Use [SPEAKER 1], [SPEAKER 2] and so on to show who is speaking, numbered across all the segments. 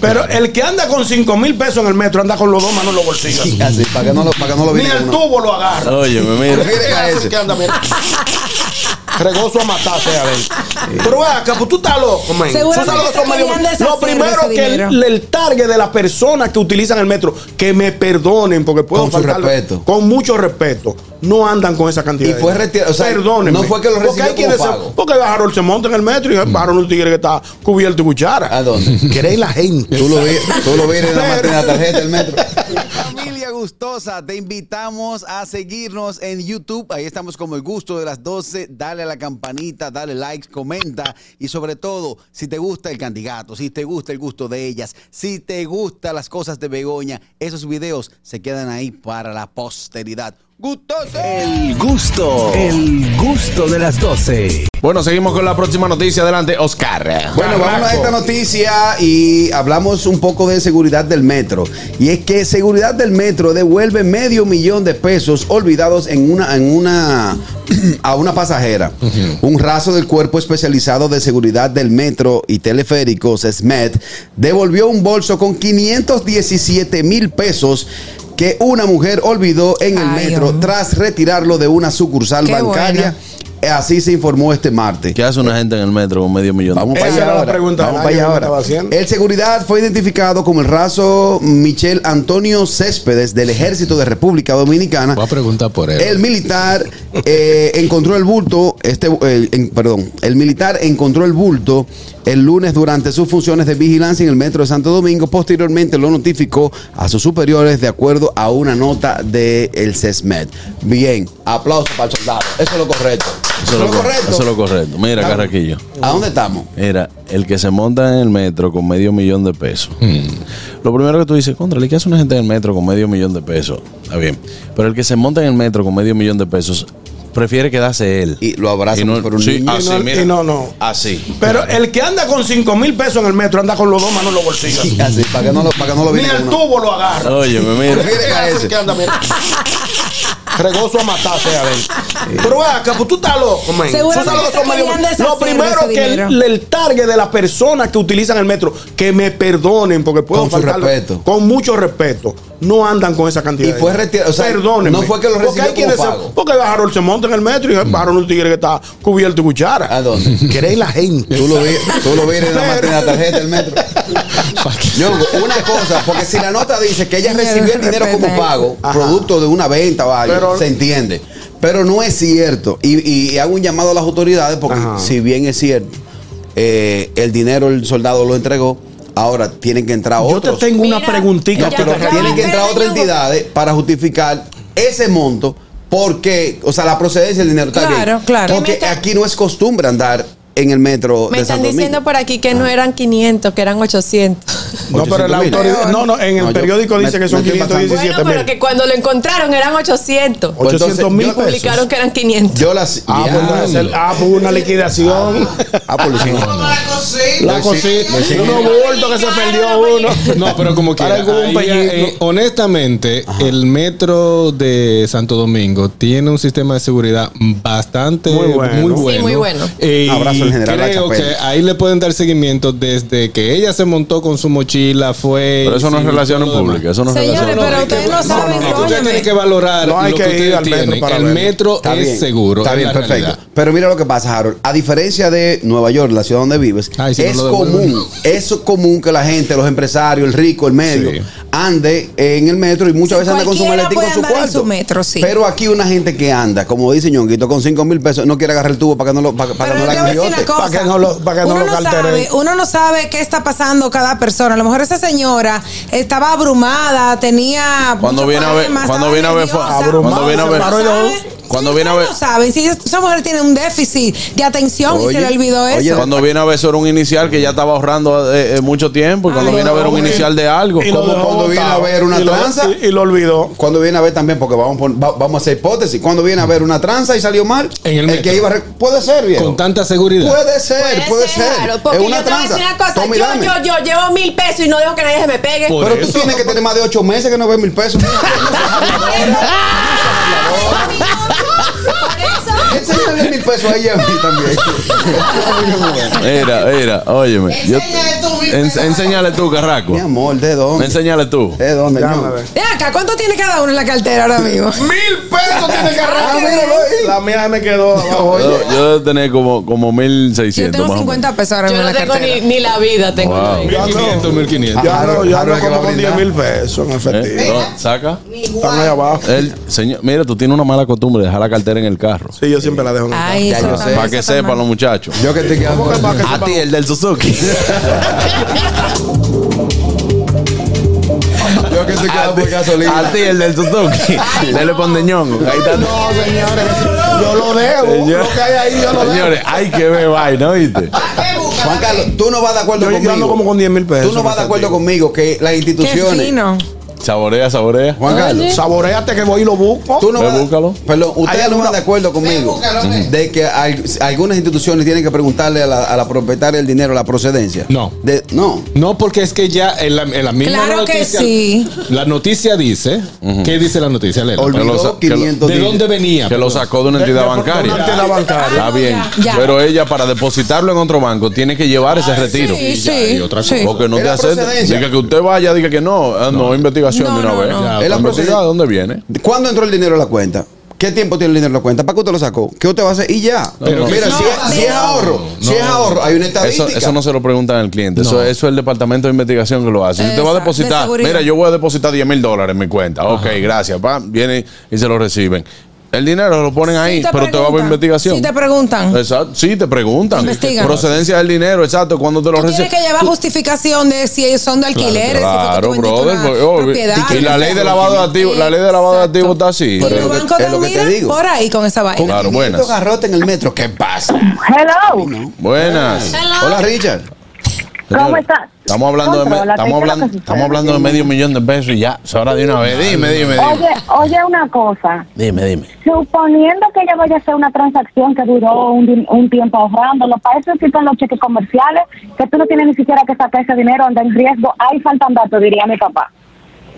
[SPEAKER 1] Pero el que anda con 5 mil pesos en el metro anda con los dos manos en los bolsillos.
[SPEAKER 2] Sí, así, para que no lo, para que no lo
[SPEAKER 1] Ni
[SPEAKER 2] viera
[SPEAKER 1] el
[SPEAKER 2] uno.
[SPEAKER 1] tubo lo agarra.
[SPEAKER 3] Oye, mira.
[SPEAKER 1] Mira ese que anda, mira. Regoso a matarse a ver. Pero ve acá, pues tú estás loco, man. Tú sabes
[SPEAKER 4] Seguramente
[SPEAKER 1] que son medio-
[SPEAKER 4] querían deshacer
[SPEAKER 1] Lo primero
[SPEAKER 4] ese
[SPEAKER 1] que el,
[SPEAKER 4] dinero.
[SPEAKER 1] el target de las personas que utilizan el metro, que me perdonen, porque puedo
[SPEAKER 2] Con su
[SPEAKER 1] faltarle-
[SPEAKER 2] respeto.
[SPEAKER 1] Con mucho respeto. No andan con esa cantidad.
[SPEAKER 2] Y
[SPEAKER 1] de
[SPEAKER 2] fue
[SPEAKER 1] dinero.
[SPEAKER 2] retirado, o sea,
[SPEAKER 1] Perdónenme.
[SPEAKER 2] no fue que lo
[SPEAKER 1] Porque
[SPEAKER 2] recibió
[SPEAKER 1] hay
[SPEAKER 2] como
[SPEAKER 1] quienes se-
[SPEAKER 2] pago. Mm.
[SPEAKER 1] Porque Harold se monta en el metro y Harold un tigre que está cubierto de cuchara.
[SPEAKER 2] ¿A dónde?
[SPEAKER 1] Cree la gente.
[SPEAKER 2] Tú lo vi, tú lo vi en la,
[SPEAKER 1] Pero-
[SPEAKER 2] en la tarjeta del metro.
[SPEAKER 5] Familia gustosa, te invitamos a seguirnos en YouTube. Ahí estamos como el gusto de las 12. Dale a la campanita, dale like, comenta y sobre todo, si te gusta el candidato, si te gusta el gusto de ellas, si te gustan las cosas de Begoña, esos videos se quedan ahí para la posteridad. ¡Gustoso!
[SPEAKER 6] El gusto, el gusto de las 12.
[SPEAKER 3] Bueno, seguimos con la próxima noticia. Adelante, Oscar.
[SPEAKER 2] Bueno, vamos a esta noticia y hablamos un poco de seguridad del metro. Y es que seguridad del metro devuelve medio millón de pesos olvidados en una, en una a una pasajera. Un raso del cuerpo especializado de seguridad del metro y teleféricos, SMET, devolvió un bolso con 517 mil pesos que una mujer olvidó en el
[SPEAKER 4] Ay,
[SPEAKER 2] metro
[SPEAKER 4] hombre.
[SPEAKER 2] tras retirarlo de una sucursal
[SPEAKER 4] Qué
[SPEAKER 2] bancaria. Así se informó este martes.
[SPEAKER 3] ¿Qué hace una gente en el metro con medio millón?
[SPEAKER 2] Vamos para
[SPEAKER 1] Esa
[SPEAKER 2] allá
[SPEAKER 1] era la
[SPEAKER 2] ahora.
[SPEAKER 1] pregunta
[SPEAKER 2] Vamos
[SPEAKER 1] de
[SPEAKER 2] para
[SPEAKER 1] nadie
[SPEAKER 2] allá
[SPEAKER 1] que me
[SPEAKER 2] ahora.
[SPEAKER 1] estaba haciendo.
[SPEAKER 2] El seguridad fue identificado como el raso Michel Antonio Céspedes del Ejército de República Dominicana.
[SPEAKER 7] Voy a preguntar por él.
[SPEAKER 2] El militar eh, encontró el bulto, este, eh, en- perdón, el militar encontró el bulto el lunes durante sus funciones de vigilancia en el metro de Santo Domingo. Posteriormente lo notificó a sus superiores de acuerdo a una nota del el CESMED. Bien, aplauso para el soldado. Eso es lo correcto.
[SPEAKER 3] Eso es lo correcto. Eso es lo correcto. Mira,
[SPEAKER 2] Estamos-
[SPEAKER 3] Carraquillo.
[SPEAKER 2] ¿A dónde estamos?
[SPEAKER 3] Era el que se monta en el metro con medio millón de pesos. Lo primero que tú dices, contra, ¿qué hace una gente en el metro con medio millón de pesos? Está bien. Pero el que se monta en el metro con medio millón de pesos prefiere quedarse él.
[SPEAKER 2] Y lo abraza
[SPEAKER 3] Y no-
[SPEAKER 2] como si fuera un
[SPEAKER 3] sí,
[SPEAKER 2] niño.
[SPEAKER 3] así,
[SPEAKER 1] Y no-
[SPEAKER 3] mira.
[SPEAKER 1] y no, no.
[SPEAKER 3] Así.
[SPEAKER 1] Pero el que anda con 5 mil pesos en el metro anda con los dos manos en los bolsillos.
[SPEAKER 2] Sí, así, para que no lo, para que no lo
[SPEAKER 1] Ni
[SPEAKER 2] viera
[SPEAKER 1] el
[SPEAKER 2] uno.
[SPEAKER 1] tubo lo agarra.
[SPEAKER 3] Oye, mira.
[SPEAKER 2] Mira ese.
[SPEAKER 1] que anda, mira. Regoso a matarse a ver. Pero ve acá, pues tú estás loco, man. Tú sabes
[SPEAKER 4] Seguramente
[SPEAKER 1] que son medio-
[SPEAKER 4] querían deshacer
[SPEAKER 1] Lo primero
[SPEAKER 4] ese
[SPEAKER 1] que el,
[SPEAKER 4] dinero.
[SPEAKER 1] el target de las personas que utilizan el metro, que me perdonen, porque puedo
[SPEAKER 2] Con su
[SPEAKER 1] faltarle-
[SPEAKER 2] respeto.
[SPEAKER 1] Con mucho respeto. No andan con esa cantidad.
[SPEAKER 2] Y
[SPEAKER 1] de
[SPEAKER 2] fue
[SPEAKER 1] dinero.
[SPEAKER 2] retirado, o sea,
[SPEAKER 1] Perdónenme.
[SPEAKER 2] no fue que lo
[SPEAKER 1] Porque hay
[SPEAKER 2] recibió como
[SPEAKER 1] quienes se-
[SPEAKER 2] pago.
[SPEAKER 1] Porque Harold se monta en el metro y Harold un tigre que está cubierto de cuchara.
[SPEAKER 2] ¿A dónde?
[SPEAKER 1] Cree la gente.
[SPEAKER 2] Tú lo vi, tú lo vi en, la,
[SPEAKER 1] Pero-
[SPEAKER 2] en la tarjeta del metro. Yo, una cosa, porque si la nota dice que ella recibió el dinero como pago,
[SPEAKER 1] Ajá.
[SPEAKER 2] producto de una venta o algo,
[SPEAKER 1] Pero-
[SPEAKER 2] se entiende. Pero no es cierto. Y, y- y hago un llamado a las autoridades porque
[SPEAKER 1] Ajá.
[SPEAKER 2] si bien es cierto, eh, el dinero el soldado lo entregó, ahora tienen que entrar
[SPEAKER 1] Yo te
[SPEAKER 2] otros.
[SPEAKER 1] tengo una
[SPEAKER 4] Mira,
[SPEAKER 1] preguntita.
[SPEAKER 2] No,
[SPEAKER 4] Ya,
[SPEAKER 2] pero
[SPEAKER 4] ya,
[SPEAKER 2] tienen que
[SPEAKER 4] ya,
[SPEAKER 2] entrar
[SPEAKER 4] ya,
[SPEAKER 2] otras
[SPEAKER 4] ya.
[SPEAKER 2] entidades para justificar ese monto porque, o sea, la procedencia del dinero está
[SPEAKER 4] Claro,
[SPEAKER 2] bien.
[SPEAKER 4] claro.
[SPEAKER 2] Porque
[SPEAKER 4] Me está-
[SPEAKER 2] aquí no es costumbre andar en el metro
[SPEAKER 8] Me
[SPEAKER 2] de
[SPEAKER 8] están
[SPEAKER 2] Santo Domingo.
[SPEAKER 8] diciendo por aquí que no eran 500, que eran 800.
[SPEAKER 1] No, pero la
[SPEAKER 2] 800.000.
[SPEAKER 1] autoridad. No, no, en el
[SPEAKER 2] No, yo-
[SPEAKER 1] periódico dice
[SPEAKER 2] me-
[SPEAKER 1] que son
[SPEAKER 2] me estoy matando.
[SPEAKER 1] 517
[SPEAKER 8] Bueno, pero
[SPEAKER 1] mil.
[SPEAKER 8] que cuando lo encontraron eran 800.
[SPEAKER 2] Pues entonces,
[SPEAKER 1] 800 mil
[SPEAKER 2] yo-
[SPEAKER 1] pesos.
[SPEAKER 8] Publicaron que eran 500.
[SPEAKER 2] Yo las
[SPEAKER 1] Ah, pues,
[SPEAKER 2] Ya.
[SPEAKER 1] debe ser- ah, pues una liquidación. Pues
[SPEAKER 2] Ah, pues lo hicieron.
[SPEAKER 1] La cosita. Unos bultos que se perdió uno.
[SPEAKER 7] No, pero como
[SPEAKER 1] Para
[SPEAKER 7] quiera.
[SPEAKER 1] algún
[SPEAKER 7] ahí,
[SPEAKER 1] pellizco.
[SPEAKER 7] eh, honestamente, el metro de Santo Domingo tiene un sistema de seguridad bastante
[SPEAKER 1] Muy
[SPEAKER 7] muy
[SPEAKER 1] bueno.
[SPEAKER 7] bueno.
[SPEAKER 1] Sí,
[SPEAKER 8] muy bueno.
[SPEAKER 7] Eh,
[SPEAKER 2] Abrazo al
[SPEAKER 7] y
[SPEAKER 2] general
[SPEAKER 7] creo
[SPEAKER 2] Lachapelle.
[SPEAKER 7] que ahí le pueden dar seguimiento desde que ella se montó con su mochila, fue.
[SPEAKER 3] Pero eso no es
[SPEAKER 7] sí,
[SPEAKER 3] relaciones
[SPEAKER 7] todo lo demás.
[SPEAKER 3] públicas. Eso no es
[SPEAKER 8] Señores,
[SPEAKER 3] relaciones
[SPEAKER 8] pero
[SPEAKER 3] públicas.
[SPEAKER 8] ustedes no saben,
[SPEAKER 7] Es que Ustedes
[SPEAKER 8] óyeme.
[SPEAKER 7] tienen que valorar
[SPEAKER 1] No hay
[SPEAKER 7] lo
[SPEAKER 1] que
[SPEAKER 7] que,
[SPEAKER 1] ir
[SPEAKER 7] ustedes
[SPEAKER 1] al metro
[SPEAKER 7] tienen.
[SPEAKER 1] para
[SPEAKER 7] el
[SPEAKER 1] verlo.
[SPEAKER 7] metro
[SPEAKER 2] Está
[SPEAKER 7] es
[SPEAKER 2] bien,
[SPEAKER 7] seguro.
[SPEAKER 2] Está
[SPEAKER 7] es
[SPEAKER 2] bien,
[SPEAKER 7] la
[SPEAKER 2] perfecto.
[SPEAKER 7] realidad.
[SPEAKER 2] Pero mira lo que pasa, Harold. A diferencia de Nueva York, la ciudad donde vives,
[SPEAKER 7] Ay, si no
[SPEAKER 2] es
[SPEAKER 7] lo devuelven.
[SPEAKER 2] común, es común que la gente, los empresarios, el rico, el medio,
[SPEAKER 7] Sí.
[SPEAKER 2] ande en el metro y muchas veces anda con su
[SPEAKER 4] Cualquiera
[SPEAKER 2] maletín
[SPEAKER 4] puede
[SPEAKER 2] con su
[SPEAKER 4] andar en
[SPEAKER 2] cuarto.
[SPEAKER 4] su metro, sí.
[SPEAKER 2] Pero aquí una gente que anda, como dice ñonguito, con 5 mil pesos, no quiere agarrar el tubo para que no lo, para, para
[SPEAKER 4] Pero yo
[SPEAKER 2] que no la
[SPEAKER 4] te voy a decir una
[SPEAKER 2] guillote.
[SPEAKER 4] cosa.
[SPEAKER 1] Para que no lo- para que no
[SPEAKER 4] uno
[SPEAKER 1] lo
[SPEAKER 4] no
[SPEAKER 1] carteren.
[SPEAKER 4] sabe, uno no sabe qué está pasando cada persona. A lo mejor esa señora estaba abrumada, tenía
[SPEAKER 3] Cuando
[SPEAKER 4] mucho
[SPEAKER 3] viene a ver-
[SPEAKER 4] problema,
[SPEAKER 3] cuando
[SPEAKER 4] estaba
[SPEAKER 3] viene a ver
[SPEAKER 4] nerviosa.
[SPEAKER 3] fue- Abrumada, cuando viene a ver-
[SPEAKER 4] ¿No
[SPEAKER 3] paró y
[SPEAKER 4] sabe?
[SPEAKER 3] dejó- cuando
[SPEAKER 4] Sí,
[SPEAKER 3] viene a
[SPEAKER 4] ustedes
[SPEAKER 3] ver-
[SPEAKER 4] no saben si esa mujer tiene un déficit de atención y se
[SPEAKER 2] Oye,
[SPEAKER 4] le olvidó
[SPEAKER 2] oye,
[SPEAKER 4] eso.
[SPEAKER 3] Cuando viene a ver sobre un inicial que ya estaba ahorrando eh, eh, mucho tiempo, y cuando
[SPEAKER 4] Ay,
[SPEAKER 3] viene a ver un
[SPEAKER 1] no,
[SPEAKER 3] inicial de algo,
[SPEAKER 1] Y lo
[SPEAKER 2] Como
[SPEAKER 1] dejó
[SPEAKER 2] cuando viene
[SPEAKER 1] botado.
[SPEAKER 2] a ver una
[SPEAKER 1] Y lo-
[SPEAKER 2] tranza.
[SPEAKER 1] Y, y lo olvidó.
[SPEAKER 2] Cuando viene a ver también, porque vamos, a pon- va- vamos a hacer hipótesis, cuando viene a ver una tranza y salió mal,
[SPEAKER 7] En el metro.
[SPEAKER 2] que iba a re- puede ser, viejo.
[SPEAKER 7] Con tanta seguridad.
[SPEAKER 2] Puede ser, puede ser.
[SPEAKER 8] claro, porque
[SPEAKER 2] es una
[SPEAKER 8] yo te voy a
[SPEAKER 2] tranza.
[SPEAKER 8] decir una cosa.
[SPEAKER 2] Toma y
[SPEAKER 8] yo,
[SPEAKER 2] dame.
[SPEAKER 8] yo, yo llevo mil pesos y no dejo que nadie se me pegue.
[SPEAKER 7] Por
[SPEAKER 2] Pero tú
[SPEAKER 7] eso.
[SPEAKER 2] tienes que tener más de ocho meses que no ves mil pesos.
[SPEAKER 8] Por eso,
[SPEAKER 2] Enséñale mil pesos ahí a mí también.
[SPEAKER 3] Era, era, óyeme. yo-
[SPEAKER 4] Enséñale tú, mi
[SPEAKER 3] en-
[SPEAKER 4] pelo.
[SPEAKER 3] enséñale tú, Carraco.
[SPEAKER 2] Mi amor, ¿de dónde?
[SPEAKER 3] Enséñale tú.
[SPEAKER 2] ¿De dónde?
[SPEAKER 1] Déjame
[SPEAKER 2] ño?
[SPEAKER 1] ver.
[SPEAKER 4] Ven acá, ¿cuánto tiene cada uno en la cartera ahora mismo?
[SPEAKER 1] Mil pesos tiene que
[SPEAKER 2] Ah,
[SPEAKER 1] arrancar.
[SPEAKER 2] míralo ahí.
[SPEAKER 1] La mía se me quedó abajo.
[SPEAKER 3] Yo,
[SPEAKER 1] Oye,
[SPEAKER 3] yo debo tener como, como
[SPEAKER 4] Yo
[SPEAKER 3] 1600.
[SPEAKER 4] tengo
[SPEAKER 3] más o
[SPEAKER 4] 50
[SPEAKER 3] menos.
[SPEAKER 4] pesos ahora
[SPEAKER 8] Yo
[SPEAKER 4] mismo
[SPEAKER 8] no
[SPEAKER 4] en la
[SPEAKER 8] tengo ni,
[SPEAKER 4] cartera.
[SPEAKER 8] ni la vida, tengo.
[SPEAKER 3] Wow.
[SPEAKER 1] Ya
[SPEAKER 7] 1500,
[SPEAKER 1] Ah, no.
[SPEAKER 7] 1500.
[SPEAKER 1] yo ando, yo ando
[SPEAKER 2] Ahora que va
[SPEAKER 1] como
[SPEAKER 2] a
[SPEAKER 1] con 10
[SPEAKER 2] brindar.
[SPEAKER 1] mil pesos en efectivo.
[SPEAKER 3] Eh, no, saca.
[SPEAKER 1] Están ahí abajo.
[SPEAKER 3] El, señor, mira, tú tienes una mala costumbre de dejar la cartera en el carro.
[SPEAKER 1] Sí, yo siempre la dejo en el
[SPEAKER 4] Ay,
[SPEAKER 2] Ya
[SPEAKER 4] eso
[SPEAKER 2] yo sé.
[SPEAKER 4] también,
[SPEAKER 3] Para que
[SPEAKER 4] eso también.
[SPEAKER 3] sepan los muchachos.
[SPEAKER 2] Yo que te quedo.
[SPEAKER 1] carro. ¿Cómo que para
[SPEAKER 3] A
[SPEAKER 1] que
[SPEAKER 3] ti,
[SPEAKER 1] sepa?
[SPEAKER 3] el del Suzuki.
[SPEAKER 2] Yo que te quedo por
[SPEAKER 3] A
[SPEAKER 2] gasolina.
[SPEAKER 3] ti, el del Suzuki. Dele pondeñón. Ahí está.
[SPEAKER 1] No, señores, yo lo dejo.
[SPEAKER 3] Señor-
[SPEAKER 1] Lo que hay ahí yo lo dejo.
[SPEAKER 3] Señores, hay que ver vaina, ¿viste?
[SPEAKER 2] Juan Carlos, tú no vas de acuerdo
[SPEAKER 1] Yo, yo ando como
[SPEAKER 2] conmigo.
[SPEAKER 1] con 10 mil pesos.
[SPEAKER 2] Tú no vas de acuerdo conmigo que las
[SPEAKER 4] Qué
[SPEAKER 2] instituciones.
[SPEAKER 4] fino.
[SPEAKER 3] Saborea, saborea.
[SPEAKER 2] Juan Carlos.
[SPEAKER 1] Saboreate que voy y lo busco.
[SPEAKER 2] Tú no
[SPEAKER 3] Ve,
[SPEAKER 2] vas-
[SPEAKER 3] búscalo.
[SPEAKER 2] Perdón, ustedes
[SPEAKER 1] Hay
[SPEAKER 2] no van
[SPEAKER 1] alguna-
[SPEAKER 2] de acuerdo conmigo de que al- algunas instituciones tienen que preguntarle a la, a la propietaria del dinero la procedencia.
[SPEAKER 7] No.
[SPEAKER 2] De- no.
[SPEAKER 7] No, porque es que ya en la, en la misma
[SPEAKER 4] Claro que
[SPEAKER 7] noticia-
[SPEAKER 4] sí.
[SPEAKER 7] La noticia dice. ¿Qué dice la noticia? Léela.
[SPEAKER 3] Que lo
[SPEAKER 2] Olvidó
[SPEAKER 3] sa- que lo-
[SPEAKER 2] 500
[SPEAKER 7] ¿De
[SPEAKER 2] dil-
[SPEAKER 7] dónde venía?
[SPEAKER 3] Que lo sacó de una entidad bancaria.
[SPEAKER 1] Una entidad bancaria.
[SPEAKER 3] Está bien.
[SPEAKER 4] ya.
[SPEAKER 3] Pero ella, para depositarlo en otro banco, tiene que llevar ese retiro.
[SPEAKER 4] Sí,
[SPEAKER 7] ya, y
[SPEAKER 4] sí.
[SPEAKER 7] otra cosa.
[SPEAKER 4] sí.
[SPEAKER 3] Porque no
[SPEAKER 2] Es
[SPEAKER 3] te
[SPEAKER 2] la
[SPEAKER 3] hace.
[SPEAKER 2] procedencia.
[SPEAKER 3] Diga que usted vaya, diga que no. Ah, No, investigación
[SPEAKER 4] No,
[SPEAKER 3] de una
[SPEAKER 4] no,
[SPEAKER 3] vez.
[SPEAKER 4] no.
[SPEAKER 7] Ya,
[SPEAKER 3] Es la
[SPEAKER 2] pues,
[SPEAKER 3] procedencia de dónde viene.
[SPEAKER 2] ¿Cuándo entró el dinero a la cuenta? ¿Qué tiempo tiene el dinero en la cuenta? ¿Para qué usted lo sacó? ¿Qué usted va a hacer? Y ya.
[SPEAKER 7] Pero
[SPEAKER 2] Mira,
[SPEAKER 7] que-
[SPEAKER 2] si, es,
[SPEAKER 4] No,
[SPEAKER 2] si es
[SPEAKER 4] no.
[SPEAKER 2] ahorro, si es ahorro, hay una
[SPEAKER 3] Eso,
[SPEAKER 2] estadística.
[SPEAKER 3] eso no se lo preguntan al cliente. Eso, eso es el departamento de investigación que lo hace. Si usted va a
[SPEAKER 4] Exacto, de
[SPEAKER 3] depositar,
[SPEAKER 4] seguridad.
[SPEAKER 3] mira, yo voy a depositar 10 mil dólares en mi cuenta. Ok, gracias. Pa, viene y se lo reciben. El dinero lo ponen
[SPEAKER 4] Sí
[SPEAKER 3] ahí,
[SPEAKER 4] te
[SPEAKER 3] pero te va a
[SPEAKER 4] preguntan.
[SPEAKER 3] investigación.
[SPEAKER 4] Sí te preguntan.
[SPEAKER 3] Exacto. Sí, te preguntan.
[SPEAKER 4] Investigan.
[SPEAKER 3] Procedencia del dinero, exacto. Cuando te lo
[SPEAKER 4] Tú tienes
[SPEAKER 3] reciben.
[SPEAKER 4] que llevar justificación de si son de alquileres,
[SPEAKER 3] Claro,
[SPEAKER 4] si fue que tú vendiste
[SPEAKER 3] brother.
[SPEAKER 4] una
[SPEAKER 3] porque, oh,
[SPEAKER 4] propiedad,
[SPEAKER 3] y la
[SPEAKER 4] no
[SPEAKER 3] ley
[SPEAKER 4] sé.
[SPEAKER 3] de lavado de activos, la ley de lavado de
[SPEAKER 4] Exacto.
[SPEAKER 3] activos está así.
[SPEAKER 4] Y
[SPEAKER 3] pero-
[SPEAKER 4] los bancos
[SPEAKER 2] es lo que te
[SPEAKER 4] te
[SPEAKER 2] digo.
[SPEAKER 4] digo. por ahí con esa vaina.
[SPEAKER 3] Claro,
[SPEAKER 2] 500
[SPEAKER 3] buenas.
[SPEAKER 2] garrote en el metro, ¿qué pasa?
[SPEAKER 9] Hello,
[SPEAKER 3] Buenas.
[SPEAKER 2] Hola, Richard.
[SPEAKER 9] ¿Cómo
[SPEAKER 3] Señores,
[SPEAKER 9] estás?
[SPEAKER 3] Estamos hablando de, me-
[SPEAKER 9] Controla,
[SPEAKER 3] estamos
[SPEAKER 9] ¿qué es lo
[SPEAKER 3] hablando,
[SPEAKER 9] que
[SPEAKER 3] estamos
[SPEAKER 9] sucede?
[SPEAKER 3] hablando de medio millón de pesos y ya, se ahora de una vez. Dime, dime,
[SPEAKER 9] oye,
[SPEAKER 3] dime.
[SPEAKER 9] oye una cosa.
[SPEAKER 3] Dime, dime.
[SPEAKER 9] Suponiendo que yo vaya a hacer una transacción que duró un, di- un tiempo ahorrándolo, para eso existen los cheques comerciales, que tú no tienes ni siquiera que sacar ese dinero, anda en riesgo, ahí faltan datos, diría mi papá.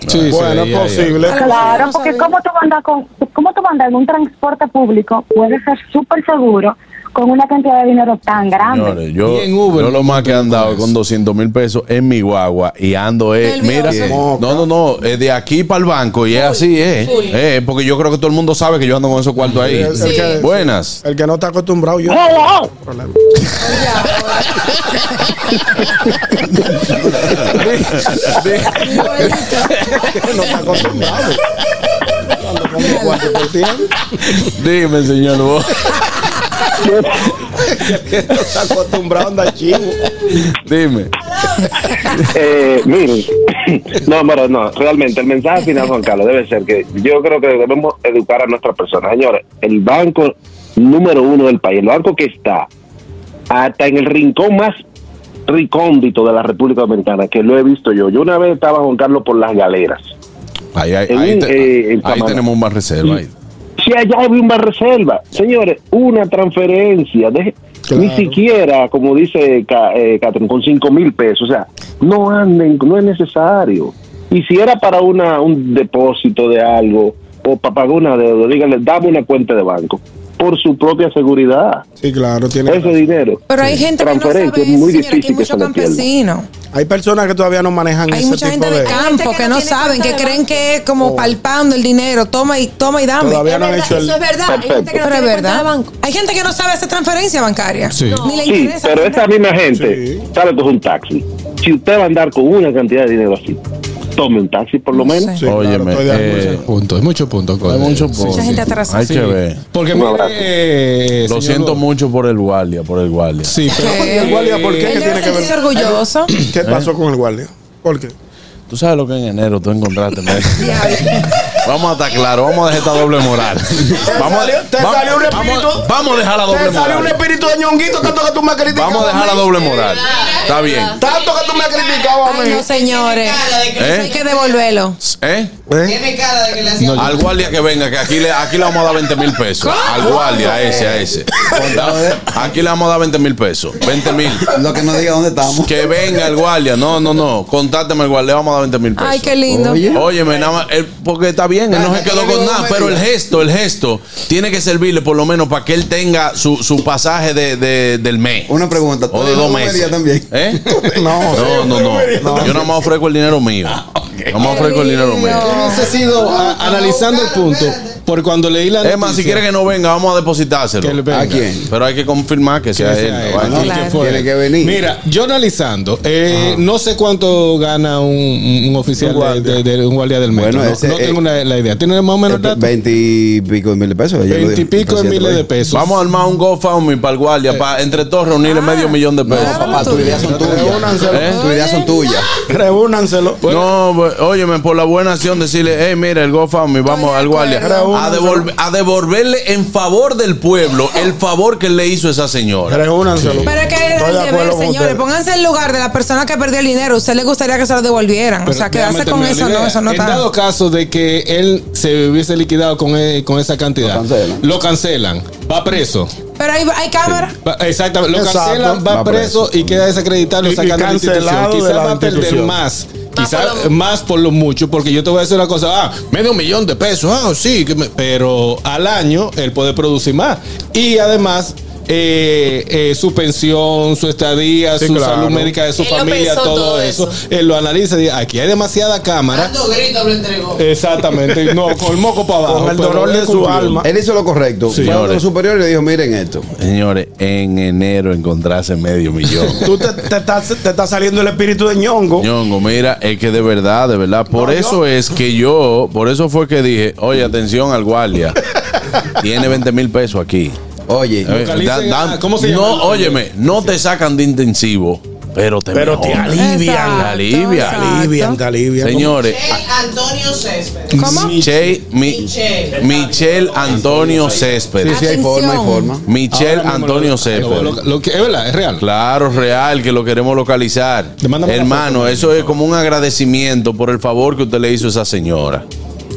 [SPEAKER 7] Sí, sí, ya,
[SPEAKER 1] Bueno,
[SPEAKER 7] ya.
[SPEAKER 1] es posible.
[SPEAKER 9] Claro, porque cómo tú andas con, cómo tú andas en un transporte público, puede ser súper seguro con una cantidad de dinero tan grande.
[SPEAKER 3] Señores, yo,
[SPEAKER 7] Y en Uber,
[SPEAKER 3] yo lo más que he andado con 200 mil pesos en mi guagua y ando es, mira,
[SPEAKER 4] Nervioso.
[SPEAKER 3] no, no, no, es de aquí para el banco y es así, es, es, porque yo creo que todo el mundo sabe que yo ando con esos cuartos ahí.
[SPEAKER 1] el Sí. que-
[SPEAKER 3] Buenas.
[SPEAKER 1] El que no está acostumbrado, yo.
[SPEAKER 9] Hello.
[SPEAKER 1] Problema. No está acostumbrado. Cuando pongo cuatro por tiempo,
[SPEAKER 3] Dime, señor. vos.
[SPEAKER 1] no está acostumbrado, anda chivo.
[SPEAKER 3] Dime.
[SPEAKER 10] Eh, mire, no, pero no, realmente el mensaje final, Juan Carlos, debe ser que yo creo que debemos educar a nuestras personas. Señores, el banco número uno del país, el banco que está hasta en el rincón más recóndito de la República Dominicana, que lo he visto yo. Yo una vez estaba, Juan Carlos, por las galeras.
[SPEAKER 3] Ahí, ahí,
[SPEAKER 10] En
[SPEAKER 3] ahí
[SPEAKER 10] un,
[SPEAKER 3] te-
[SPEAKER 10] eh, en
[SPEAKER 3] ahí
[SPEAKER 10] Samaná.
[SPEAKER 3] tenemos un más reserva. ahí.
[SPEAKER 10] Si allá hay una reserva, señores, una transferencia, de, ni siquiera, como dice Ca- eh, Catherine, con cinco mil pesos, o sea, no anden, no es necesario. Y si era para una, un depósito de algo o para pagar una deuda, díganle, dame una cuenta de banco por su propia seguridad.
[SPEAKER 1] Sí, claro, tiene.
[SPEAKER 10] Ese
[SPEAKER 1] razón.
[SPEAKER 10] dinero.
[SPEAKER 4] Pero hay gente que no sabe
[SPEAKER 10] Transferencia,
[SPEAKER 4] eso,
[SPEAKER 10] es muy
[SPEAKER 4] señora, que hay
[SPEAKER 10] difícil que se
[SPEAKER 4] muchos
[SPEAKER 10] lo pierdan.
[SPEAKER 4] campesinos.
[SPEAKER 1] Hay personas que todavía no manejan
[SPEAKER 4] Hay
[SPEAKER 1] ese
[SPEAKER 4] mucha
[SPEAKER 1] tipo
[SPEAKER 4] gente de
[SPEAKER 1] de.
[SPEAKER 4] campo que no
[SPEAKER 8] tiene
[SPEAKER 4] saben,
[SPEAKER 8] cuenta
[SPEAKER 4] que
[SPEAKER 8] de
[SPEAKER 4] creen
[SPEAKER 8] banco.
[SPEAKER 4] que es como palpando el dinero, toma y toma y dame.
[SPEAKER 1] Todavía no han
[SPEAKER 8] verdad,
[SPEAKER 1] hecho el.
[SPEAKER 8] Eso es verdad. Hay gente que
[SPEAKER 4] Pero
[SPEAKER 10] Perfecto.
[SPEAKER 8] no
[SPEAKER 4] es
[SPEAKER 8] tiene cuenta de
[SPEAKER 4] verdad.
[SPEAKER 8] banco.
[SPEAKER 4] Hay gente que no sabe hacer transferencia bancaria.
[SPEAKER 7] Sí. No.
[SPEAKER 4] Ni le
[SPEAKER 10] Sí,
[SPEAKER 4] interesa.
[SPEAKER 10] pero
[SPEAKER 4] ¿verdad?
[SPEAKER 10] esa misma gente
[SPEAKER 1] Sí.
[SPEAKER 10] sabe coger un taxi. Si usted va a andar con una cantidad de dinero así, tome un taxi por lo
[SPEAKER 4] No
[SPEAKER 10] menos.
[SPEAKER 4] sé.
[SPEAKER 1] Sí, claro,
[SPEAKER 3] Óyeme,
[SPEAKER 1] estoy de acuerdo.
[SPEAKER 3] eh,
[SPEAKER 7] Punto, es mucho punto.
[SPEAKER 3] hay
[SPEAKER 7] Code.
[SPEAKER 3] mucho poco.
[SPEAKER 7] Sí, sí,
[SPEAKER 4] Mucha gente
[SPEAKER 7] sí.
[SPEAKER 4] atrasada.
[SPEAKER 3] Hay que ver.
[SPEAKER 7] Porque
[SPEAKER 10] Un
[SPEAKER 7] mire,
[SPEAKER 10] abrazo.
[SPEAKER 7] eh,
[SPEAKER 3] Lo
[SPEAKER 7] señor
[SPEAKER 3] siento
[SPEAKER 7] López.
[SPEAKER 3] mucho por el guardia, por el guardia.
[SPEAKER 7] Sí, pero.
[SPEAKER 4] ¿Qué?
[SPEAKER 1] ¿El guardia por qué?
[SPEAKER 4] Eh, Él
[SPEAKER 1] ¿Qué
[SPEAKER 4] debe
[SPEAKER 1] tiene que
[SPEAKER 4] sentirse
[SPEAKER 1] ver?
[SPEAKER 4] orgulloso.
[SPEAKER 3] Eh.
[SPEAKER 1] ¿Qué pasó con el guardia? ¿Por qué?
[SPEAKER 3] Tú sabes lo que en enero tú encontraste. ¿no? vamos a estar claro, vamos a dejar esta doble moral. Vamos,
[SPEAKER 1] salió- te
[SPEAKER 3] vamos-
[SPEAKER 1] salió un
[SPEAKER 3] vamos-
[SPEAKER 1] espíritu.
[SPEAKER 3] vamos a dejar la doble moral.
[SPEAKER 1] espíritu de ñonguito tanto que tú me has criticado.
[SPEAKER 3] Vamos a dejar la doble moral. Está bien.
[SPEAKER 1] Tanto que tú me has criticado
[SPEAKER 4] Ay, no, señores.
[SPEAKER 3] que-
[SPEAKER 4] Eso Hay que devolverlo.
[SPEAKER 3] ¿Eh?
[SPEAKER 1] ¿Eh?
[SPEAKER 3] Al guardia que venga, que aquí le, aquí le vamos a dar 20 mil pesos. Al guardia, a ese, a ese. Aquí le vamos a dar 20 mil pesos. 20 mil.
[SPEAKER 2] Lo que no diga dónde estamos.
[SPEAKER 3] Que venga el guardia. No, no, no. Contáteme al guardia. Le vamos a dar 20 mil pesos.
[SPEAKER 4] Ay, qué lindo.
[SPEAKER 2] Oye.
[SPEAKER 3] Óyeme, nada más, eh, porque está bien, él no
[SPEAKER 2] Ah,
[SPEAKER 3] se quedó
[SPEAKER 2] él
[SPEAKER 3] con
[SPEAKER 2] quedó
[SPEAKER 3] nada,
[SPEAKER 2] medio.
[SPEAKER 3] pero el gesto, el gesto, tiene que servirle por lo menos para que él tenga su, su pasaje de, de- del mes.
[SPEAKER 2] Una pregunta. ¿tú
[SPEAKER 3] O de
[SPEAKER 2] eres
[SPEAKER 3] dos
[SPEAKER 2] gomería
[SPEAKER 3] meses.
[SPEAKER 2] también?
[SPEAKER 3] ¿Eh?
[SPEAKER 1] No,
[SPEAKER 3] No, no, no.
[SPEAKER 1] gomería
[SPEAKER 3] Yo nada más ofrezco el dinero mío. Nada más ofrezco el dinero mío.
[SPEAKER 7] Entonces, he sido a- analizando el punto, por cuando leí la
[SPEAKER 3] Es más, si quiere que no venga, vamos a depositárselo.
[SPEAKER 7] Que él venga.
[SPEAKER 2] ¿A quién?
[SPEAKER 3] Pero hay que confirmar que sea él. ¿no?
[SPEAKER 7] ¿no?
[SPEAKER 3] Hay que-
[SPEAKER 7] ¿Quién fue?
[SPEAKER 2] Tiene que venir.
[SPEAKER 7] Mira, yo analizando, eh, no sé cuánto gana un, un- un oficial
[SPEAKER 2] Un guardia.
[SPEAKER 7] De, de- de- un guardia del metro.
[SPEAKER 2] Bueno,
[SPEAKER 7] no,
[SPEAKER 2] ese,
[SPEAKER 7] no
[SPEAKER 2] eh,
[SPEAKER 7] tengo la, la idea. ¿Tiene más o menos el dato?
[SPEAKER 2] Veintipico de mil de pesos. ya lo dijo el
[SPEAKER 7] Veintipico de
[SPEAKER 2] presidente
[SPEAKER 7] miles de
[SPEAKER 2] Biden.
[SPEAKER 7] pesos.
[SPEAKER 3] Vamos a armar un GoFundMe para el guardia, para entre todos reunirle medio millón de pesos.
[SPEAKER 4] Ah,
[SPEAKER 2] Papá, tus ideas son tuyas.
[SPEAKER 3] ¿Eh?
[SPEAKER 2] Tus ideas son tuyas.
[SPEAKER 1] Reúnanselo.
[SPEAKER 3] No, pues, óyeme, por la buena acción decirle, hey, mira, el GoFundMe, vamos al guardia,
[SPEAKER 1] acuerdo.
[SPEAKER 3] a, devolver- a devolverle en favor del pueblo el favor que le hizo esa señora.
[SPEAKER 1] Reúnanselo.
[SPEAKER 4] Pero es que es
[SPEAKER 1] Estoy
[SPEAKER 4] el
[SPEAKER 1] de
[SPEAKER 4] deber,
[SPEAKER 1] acuerdo con
[SPEAKER 4] señores.
[SPEAKER 1] ustedes.
[SPEAKER 4] Pónganse en lugar de la persona que perdió el dinero. Usted le gustaría que se lo devolvieran. o
[SPEAKER 7] Pero
[SPEAKER 4] sea,
[SPEAKER 7] déjame
[SPEAKER 4] quedarse con
[SPEAKER 7] terminar la
[SPEAKER 4] eso no,
[SPEAKER 7] idea.
[SPEAKER 4] eso no
[SPEAKER 7] En
[SPEAKER 4] está.
[SPEAKER 7] dado caso de que él se hubiese liquidado con, eh, con esa cantidad,
[SPEAKER 2] Lo cancelan.
[SPEAKER 7] lo cancelan, va preso.
[SPEAKER 4] Pero hay, hay cámara.
[SPEAKER 7] Va- Exactamente, lo
[SPEAKER 1] Exacto.
[SPEAKER 7] cancelan, va,
[SPEAKER 2] Va
[SPEAKER 7] preso,
[SPEAKER 2] preso.
[SPEAKER 7] y queda desacreditado, lo
[SPEAKER 1] Y- y
[SPEAKER 7] sacan de la institución.
[SPEAKER 1] cancelado de
[SPEAKER 7] Quizás
[SPEAKER 1] la
[SPEAKER 7] va a perder
[SPEAKER 1] institución.
[SPEAKER 7] más,
[SPEAKER 8] Va
[SPEAKER 7] quizás
[SPEAKER 8] por lo-
[SPEAKER 7] más por lo mucho, porque yo te voy a decir una cosa, ah, medio millón de pesos, ah, sí, que me- pero al año él puede producir más. Y además... eh, eh, su pensión, su estadía,
[SPEAKER 1] Sí,
[SPEAKER 7] su
[SPEAKER 1] claro.
[SPEAKER 7] salud médica de su
[SPEAKER 8] Él lo
[SPEAKER 7] familia,
[SPEAKER 8] pensó
[SPEAKER 7] todo,
[SPEAKER 8] todo
[SPEAKER 7] eso.
[SPEAKER 8] eso.
[SPEAKER 7] Él lo analiza y dice, aquí hay demasiada cámara. Exactamente, no, con el moco para abajo.
[SPEAKER 1] Con el
[SPEAKER 7] pero
[SPEAKER 1] dolor
[SPEAKER 7] él
[SPEAKER 1] de su
[SPEAKER 7] cumplió.
[SPEAKER 1] alma.
[SPEAKER 2] Él hizo lo correcto. Fue a
[SPEAKER 3] Señores.
[SPEAKER 2] los superiores y le dijo, miren esto.
[SPEAKER 3] Señores, en enero encontrase medio millón.
[SPEAKER 1] Tú te, te estás, te está saliendo el espíritu de ñongo.
[SPEAKER 3] Ñongo, mira, es que de verdad, de verdad, por
[SPEAKER 1] No, yo-
[SPEAKER 3] eso es que yo, por eso fue que dije, oye, atención al guardia, tiene 20 mil pesos aquí.
[SPEAKER 2] Oye,
[SPEAKER 3] Eh,
[SPEAKER 7] Localicen
[SPEAKER 3] da- da-
[SPEAKER 7] a- ¿cómo se llama?
[SPEAKER 3] No, óyeme, no te sacan de intensivo, pero te
[SPEAKER 1] Pero te
[SPEAKER 3] mejoran.
[SPEAKER 1] alivian.
[SPEAKER 4] Exacto,
[SPEAKER 3] alivia,
[SPEAKER 4] exacto.
[SPEAKER 1] Alivian, te alivian.
[SPEAKER 3] Señores,
[SPEAKER 11] Antonio Céspedes.
[SPEAKER 4] ¿Cómo?
[SPEAKER 3] Michelle, Mi-
[SPEAKER 11] Michelle.
[SPEAKER 3] Michelle Antonio
[SPEAKER 2] sí,
[SPEAKER 3] Céspedes.
[SPEAKER 2] sí, hay
[SPEAKER 4] Atención.
[SPEAKER 2] forma, hay forma.
[SPEAKER 3] Michelle
[SPEAKER 7] Ahora mismo lo-
[SPEAKER 3] Antonio
[SPEAKER 7] lo-
[SPEAKER 3] Céspedes.
[SPEAKER 7] lo- lo que- Es verdad, es real.
[SPEAKER 3] Claro, real, que lo queremos localizar.
[SPEAKER 7] Te mandamos la
[SPEAKER 3] Hermano,
[SPEAKER 7] foto,
[SPEAKER 3] eso es como un agradecimiento por el favor que usted le hizo a esa señora.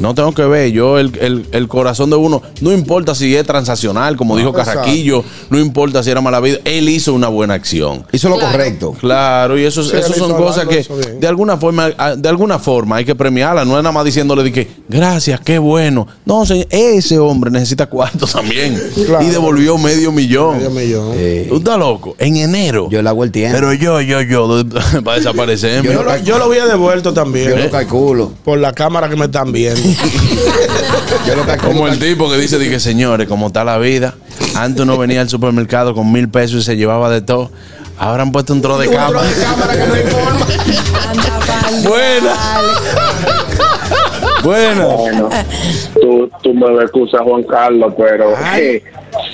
[SPEAKER 3] No tengo que ver, yo el, el- el corazón de uno, no importa si es transaccional, como
[SPEAKER 7] Ah,
[SPEAKER 3] dijo Carraquillo, no importa si era mala vida, él hizo una buena acción.
[SPEAKER 2] Hizo lo correcto.
[SPEAKER 3] Claro, y eso,
[SPEAKER 1] Sí,
[SPEAKER 3] eso
[SPEAKER 1] él hizo
[SPEAKER 3] son
[SPEAKER 1] algo,
[SPEAKER 3] cosas que
[SPEAKER 1] hizo bien.
[SPEAKER 3] de alguna forma, a- de alguna forma hay que premiarla, no es nada más diciéndole de que gracias, qué bueno. No, señor, ese hombre necesita cuarto también.
[SPEAKER 1] Claro.
[SPEAKER 3] Y devolvió medio millón.
[SPEAKER 1] Medio millón.
[SPEAKER 2] Eh,
[SPEAKER 3] Tú estás loco, en enero.
[SPEAKER 2] Yo le hago el tiempo.
[SPEAKER 3] Pero yo, yo, yo, va a desaparecer.
[SPEAKER 1] Yo lo, yo lo había devuelto
[SPEAKER 2] Yo
[SPEAKER 1] también.
[SPEAKER 2] lo calculo.
[SPEAKER 1] Por la cámara que me están viendo.
[SPEAKER 2] Yo lo calculo.
[SPEAKER 3] Como el tipo que dice, dije, señores, como está la vida, antes uno venía al supermercado con mil pesos y se llevaba de todo. Ahora han puesto un tro de cama.
[SPEAKER 4] Anda, pal.
[SPEAKER 3] Buena. Buena.
[SPEAKER 10] Bueno, tú, tú me lo excusas, Juan Carlos, pero eh,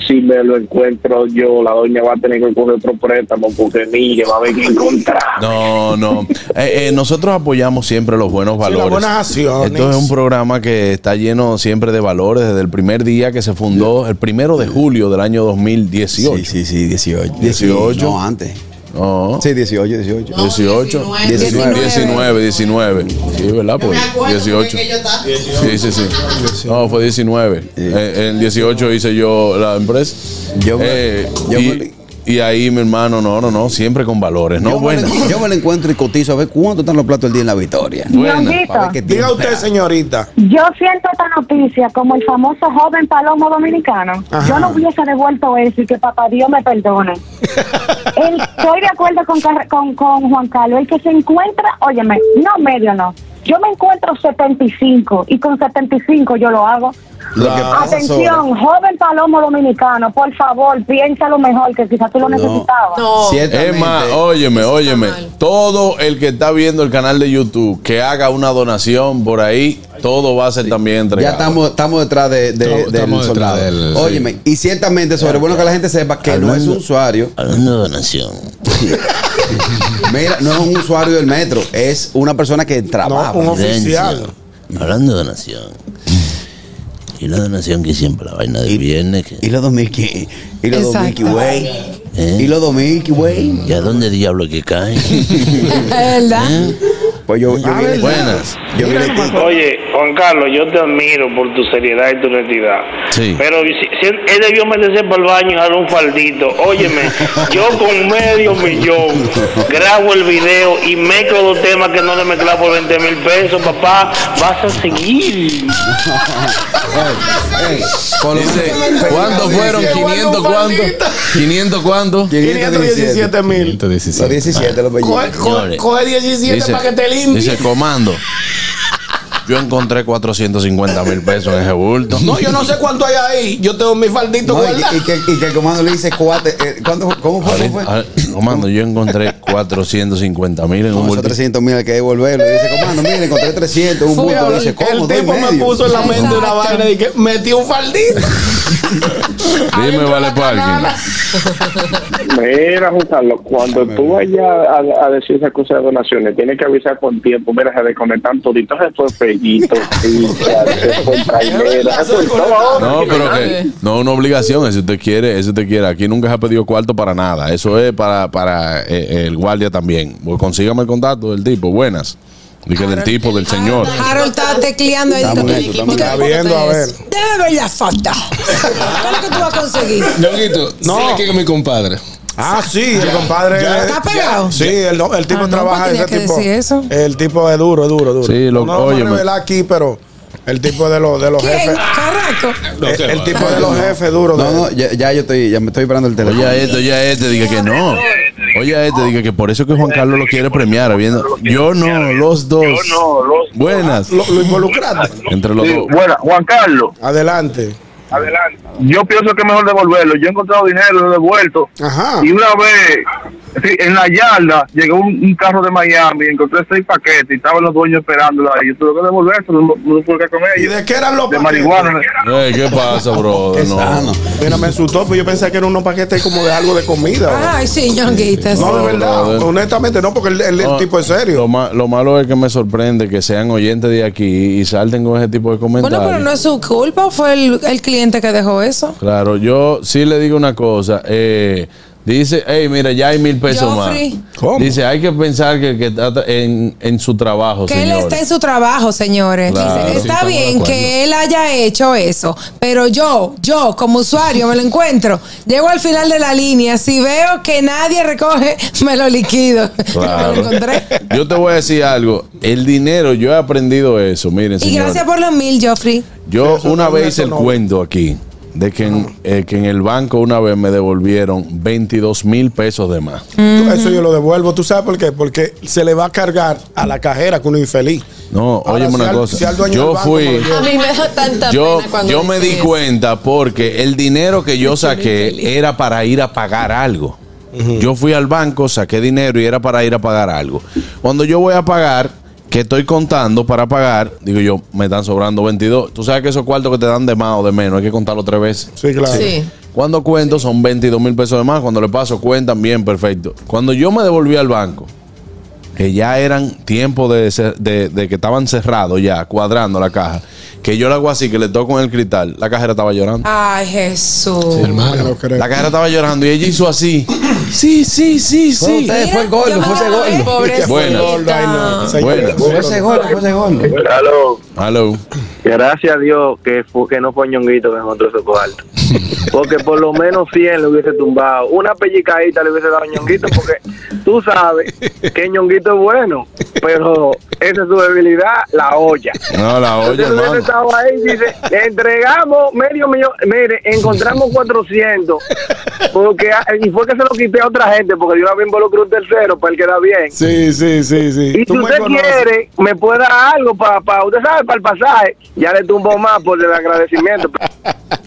[SPEAKER 10] si me lo encuentro yo, la doña va a tener que coger otro préstamo porque mire, va a haber que encontrar.
[SPEAKER 3] No, no. Eh, eh, nosotros apoyamos siempre los buenos valores.
[SPEAKER 1] las buenas acciones.
[SPEAKER 3] Esto es un programa que está lleno siempre de valores desde el primer día que se fundó, el primero de julio del año 2018.
[SPEAKER 2] Sí, sí, sí, 18.
[SPEAKER 3] 18.
[SPEAKER 2] No, antes.
[SPEAKER 3] No.
[SPEAKER 2] Sí, 18, 18.
[SPEAKER 3] 18,
[SPEAKER 2] 19.
[SPEAKER 3] 19, 19. Sí, ¿verdad? Pues 18. Sí, sí, sí. No, fue 19. Eh, en 18 hice yo la empresa.
[SPEAKER 2] Yo me-
[SPEAKER 3] Eh,
[SPEAKER 2] yo
[SPEAKER 3] y,
[SPEAKER 2] me-
[SPEAKER 3] y ahí, mi hermano, no, no, no, siempre con valores. No,
[SPEAKER 2] yo,
[SPEAKER 3] bueno.
[SPEAKER 2] me la, yo me la encuentro y cotizo a ver cuánto están los platos el día en la victoria.
[SPEAKER 3] Buena.
[SPEAKER 2] Para ver qué
[SPEAKER 1] Diga
[SPEAKER 2] tiempo
[SPEAKER 1] usted,
[SPEAKER 2] está.
[SPEAKER 1] señorita.
[SPEAKER 9] Yo siento esta noticia como el famoso joven palomo dominicano.
[SPEAKER 1] Ajá.
[SPEAKER 9] Yo no hubiese devuelto eso y que papá Dios me perdone. El- estoy de acuerdo con, Car- con, con Juan Carlos. El que se encuentra, óyeme, no medio no. Yo me encuentro 75 y con 75 yo lo hago.
[SPEAKER 2] Lo que pasa
[SPEAKER 9] Atención, joven palomo dominicano, por favor, piénsalo mejor que quizás tú lo necesitabas.
[SPEAKER 8] No.
[SPEAKER 2] Ciertamente.
[SPEAKER 3] Emma, óyeme, óyeme.
[SPEAKER 8] mal.
[SPEAKER 3] Todo el que está viendo el canal de YouTube que haga una donación por ahí, todo va a ser también
[SPEAKER 2] Ya
[SPEAKER 3] entregado.
[SPEAKER 2] estamos, estamos detrás de, de-
[SPEAKER 7] Estamos-
[SPEAKER 2] del
[SPEAKER 7] estamos detrás
[SPEAKER 2] soldado.
[SPEAKER 7] del- sí.
[SPEAKER 2] Óyeme, y ciertamente, sobre bueno que la gente sepa que no es un usuario.
[SPEAKER 3] Una donación.
[SPEAKER 2] Mira, no es un usuario del metro, es una persona que trabaja.
[SPEAKER 1] No, un oficial.
[SPEAKER 3] Hablando de donación. Y la donación que siempre la vaina del viernes.
[SPEAKER 2] Y los 2000 que- y los
[SPEAKER 4] Exacto.
[SPEAKER 2] 2000 que güey.
[SPEAKER 3] ¿Eh?
[SPEAKER 2] Y los 2000 que güey.
[SPEAKER 3] ¿Y a dónde diablo que cae? ¿Eh?
[SPEAKER 4] Es ¿Verdad?
[SPEAKER 2] Pues yo, yo
[SPEAKER 3] Ah,
[SPEAKER 2] vine-
[SPEAKER 3] buenas.
[SPEAKER 2] Yo vine aquí.
[SPEAKER 12] Oye, Juan Carlos, yo te admiro por tu seriedad y tu honestidad.
[SPEAKER 3] Sí.
[SPEAKER 12] Pero si, si él él debió meterse para el baño y dejar un faldito. Óyeme, yo con medio millón grabo el video y mezclo dos temas que no le mezclaba por 20 mil pesos, papá. Vas a seguir.
[SPEAKER 3] Por lo
[SPEAKER 12] Dice,
[SPEAKER 3] menos- ¿Cuántos fueron? ¿500 cuánto? ¿500 cuánto?
[SPEAKER 1] 517
[SPEAKER 3] 517.
[SPEAKER 1] mil.
[SPEAKER 2] Los 17 los
[SPEAKER 1] Coge-
[SPEAKER 3] Señores,
[SPEAKER 1] coge- coge
[SPEAKER 2] este
[SPEAKER 1] 17
[SPEAKER 3] dice-
[SPEAKER 1] pa' que te limpie.
[SPEAKER 3] Dice, comando. Yo encontré 450 mil pesos en ese bulto.
[SPEAKER 1] No, yo no sé cuánto hay ahí. Yo tengo mi faldito
[SPEAKER 2] No, y,
[SPEAKER 1] guardado.
[SPEAKER 2] que- y que, y que el comando le dice cuate. eh, ¿cuánto, ¿Cómo fue? ¿Cómo fue?
[SPEAKER 3] Ahorita- ahorita- Comando, yo encontré 450 mil en un
[SPEAKER 2] No, esos
[SPEAKER 3] bulto.
[SPEAKER 2] 300 mil hay que devolverlo. Y dice, comando, mire, encontré 300, un
[SPEAKER 1] Fui a
[SPEAKER 2] bulto.
[SPEAKER 1] hablar.
[SPEAKER 2] Dice, ¿cómo?
[SPEAKER 1] el
[SPEAKER 2] Dos y
[SPEAKER 1] tipo me
[SPEAKER 2] medio.
[SPEAKER 1] puso en la mente una vaina y que metí un faldito.
[SPEAKER 3] Dime, vale parking.
[SPEAKER 13] Mira, Juan Carlos, cuando tú vayas a, a decir esa cosa de donaciones, tienes que avisar con tiempo. Mira, se desconectan toditos después pellitos, fichas, después traileras, después todo.
[SPEAKER 3] No, pero que no es una obligación, eso usted quiere, eso usted quiere. Aquí nunca se ha pedido cuarto para nada. Eso es para, para eh, el guardia también. Pues consígame el contacto del tipo, buenas. Dije del tipo, del señor.
[SPEAKER 4] Harold está tecleando ahí.
[SPEAKER 3] Estamos en eso, estamos en eso. Está viendo, a ver.
[SPEAKER 4] Debe ver la foto. ¿Qué es lo que tú vas a conseguir?
[SPEAKER 7] Ñonguito,
[SPEAKER 1] No.
[SPEAKER 7] sale aquí con mi compadre.
[SPEAKER 1] Ah, sí, el compadre.
[SPEAKER 7] ya,
[SPEAKER 1] ¿Está
[SPEAKER 4] pegado?
[SPEAKER 1] Sí, el, el tipo
[SPEAKER 4] Ah, no,
[SPEAKER 1] trabaja.
[SPEAKER 4] pues tenía
[SPEAKER 1] Ese
[SPEAKER 4] que
[SPEAKER 1] tipo,
[SPEAKER 4] decir eso.
[SPEAKER 1] El tipo es duro, es duro, es duro.
[SPEAKER 3] Sí, lo-
[SPEAKER 1] no lo vamos a
[SPEAKER 3] óyeme.
[SPEAKER 1] revelar aquí, pero el tipo de los, de los
[SPEAKER 4] ¿Quién?
[SPEAKER 1] jefes.
[SPEAKER 4] Carraco.
[SPEAKER 1] El- el, tipo de los jefes duros.
[SPEAKER 2] No, no, ya, ya yo estoy, ya me estoy parando el teléfono.
[SPEAKER 3] Oye a este, oye a este, dije que no. Oye a este, dije que por eso que Juan Carlos lo quiere premiar. habiendo- Yo no, los dos.
[SPEAKER 13] No, los-
[SPEAKER 3] Buenas.
[SPEAKER 1] Lo, lo involucraste.
[SPEAKER 3] Entre los
[SPEAKER 13] Sí,
[SPEAKER 3] dos.
[SPEAKER 13] bueno, Juan Carlos,
[SPEAKER 1] Adelante.
[SPEAKER 13] adelante. Yo pienso que es mejor devolverlo. Yo he encontrado dinero, lo he devuelto.
[SPEAKER 1] Ajá.
[SPEAKER 13] Y una vez, sí, en la yarda, llegó un, un carro de Miami, encontré seis paquetes y estaban los dueños esperándolo ahí. Yo tuve que devolvérselo, no, no tuve que con ellos.
[SPEAKER 1] ¿Y de qué eran los
[SPEAKER 13] De
[SPEAKER 1] paquetes?
[SPEAKER 13] marihuana.
[SPEAKER 3] Eh, ¿Qué pasa, bro? No.
[SPEAKER 1] Mira, me asustó, pues yo pensé que eran unos paquetes como de algo de comida.
[SPEAKER 4] Ay, sí, ñonguitas.
[SPEAKER 1] No, de verdad.
[SPEAKER 3] brother.
[SPEAKER 1] Honestamente, no, porque el, el- el
[SPEAKER 3] No.
[SPEAKER 1] tipo es serio.
[SPEAKER 3] Lo, ma- lo malo es que me sorprende que sean oyentes de aquí y salten con ese tipo de comentarios.
[SPEAKER 4] Bueno, pero no es su culpa, fue el, el cliente que dejó eso.
[SPEAKER 3] Claro, yo sí le digo una cosa. eh, dice, hey, mira, ya hay mil pesos
[SPEAKER 4] Joffrey.
[SPEAKER 3] más. Dice, hay que pensar que, que está en, en su trabajo,
[SPEAKER 4] Que él
[SPEAKER 3] señores.
[SPEAKER 4] está en su trabajo, señores.
[SPEAKER 3] Claro.
[SPEAKER 4] Dice,
[SPEAKER 3] Sí,
[SPEAKER 4] está
[SPEAKER 3] estamos de
[SPEAKER 4] bien
[SPEAKER 3] acuerdo.
[SPEAKER 4] que él haya hecho eso, pero yo, yo como usuario me lo encuentro. Llego al final de la línea, si veo que nadie recoge, me lo liquido.
[SPEAKER 3] Claro.
[SPEAKER 4] Me lo encontré.
[SPEAKER 3] Yo te voy a decir algo. El dinero, yo he aprendido eso. Miren,
[SPEAKER 4] Y
[SPEAKER 3] señores.
[SPEAKER 4] gracias por los mil, Joffrey.
[SPEAKER 3] Yo una
[SPEAKER 1] no
[SPEAKER 3] vez
[SPEAKER 1] es
[SPEAKER 3] hice el
[SPEAKER 1] económico.
[SPEAKER 3] cuento aquí de que en, eh, que en el banco una vez me devolvieron 22 mil pesos de más.
[SPEAKER 4] Mm.
[SPEAKER 1] Tú- Eso yo lo devuelvo. ¿Tú sabes por qué? Porque se le va a cargar a la cajera que uno es infeliz.
[SPEAKER 3] No,
[SPEAKER 1] Ahora,
[SPEAKER 3] óyeme
[SPEAKER 1] si
[SPEAKER 3] una
[SPEAKER 1] al-
[SPEAKER 3] cosa.
[SPEAKER 1] si al dueño del
[SPEAKER 3] yo
[SPEAKER 1] banco me
[SPEAKER 3] fui.
[SPEAKER 1] lo
[SPEAKER 8] A mí me da tanta
[SPEAKER 3] Yo,
[SPEAKER 8] pena cuando
[SPEAKER 3] yo me di
[SPEAKER 8] dice eso.
[SPEAKER 3] cuenta porque el dinero que yo saqué era para ir a pagar algo. Yo fui al banco, saqué dinero y era para ir a pagar algo. Cuando yo voy a pagar, que estoy contando para pagar, digo yo, me están sobrando 22. Tú sabes que esos cuartos que te dan de más o de menos, hay que contarlo tres veces.
[SPEAKER 1] Sí, claro.
[SPEAKER 8] Sí.
[SPEAKER 3] Cuando cuento son 22 mil pesos de más. Cuando le paso cuentan bien, perfecto. Cuando yo me devolví al banco, que ya eran tiempo de, cer- de- de que estaban cerrados ya, cuadrando la caja, que yo le hago así, que le toco en el cristal, la cajera estaba
[SPEAKER 1] Ah.
[SPEAKER 3] llorando.
[SPEAKER 4] Ay, Jesús.
[SPEAKER 1] No
[SPEAKER 7] Hermano.
[SPEAKER 1] creo.
[SPEAKER 3] La cajera estaba llorando y ella hizo así. Sí, sí, sí,
[SPEAKER 2] Fue
[SPEAKER 3] sí.
[SPEAKER 2] usted, fue el
[SPEAKER 4] yo
[SPEAKER 2] gordo,
[SPEAKER 4] me
[SPEAKER 2] fue
[SPEAKER 4] voy
[SPEAKER 2] ese
[SPEAKER 4] a ver,
[SPEAKER 2] gordo.
[SPEAKER 4] pobrecita.
[SPEAKER 3] Buenas.
[SPEAKER 1] Gordo, ay, no. Señor,
[SPEAKER 3] Buenas.
[SPEAKER 2] Fue ese gordo, fue ese gordo.
[SPEAKER 13] Claro,
[SPEAKER 3] Hello.
[SPEAKER 13] gracias a Dios que, fu- que no fue ñonguito que encontró ese cuarto. Porque por lo menos 100 le hubiese tumbado. Una pellicadita le hubiese dado a ñonguito, porque tú sabes que ñonguito es bueno, pero esa es su debilidad, la olla.
[SPEAKER 3] No, la oye,
[SPEAKER 13] Entonces,
[SPEAKER 3] hermano.
[SPEAKER 13] hubiese estado ahí dice, le entregamos medio millón, mire, encontramos 400, porque, ah, y fue que se lo quité a otra gente, porque yo había involucrado un tercero para el que da bien.
[SPEAKER 1] Sí, sí, sí, sí.
[SPEAKER 13] Y si usted quiere, me puede dar algo para, usted sabe, para el pasaje. Ya le tumbo más por el agradecimiento.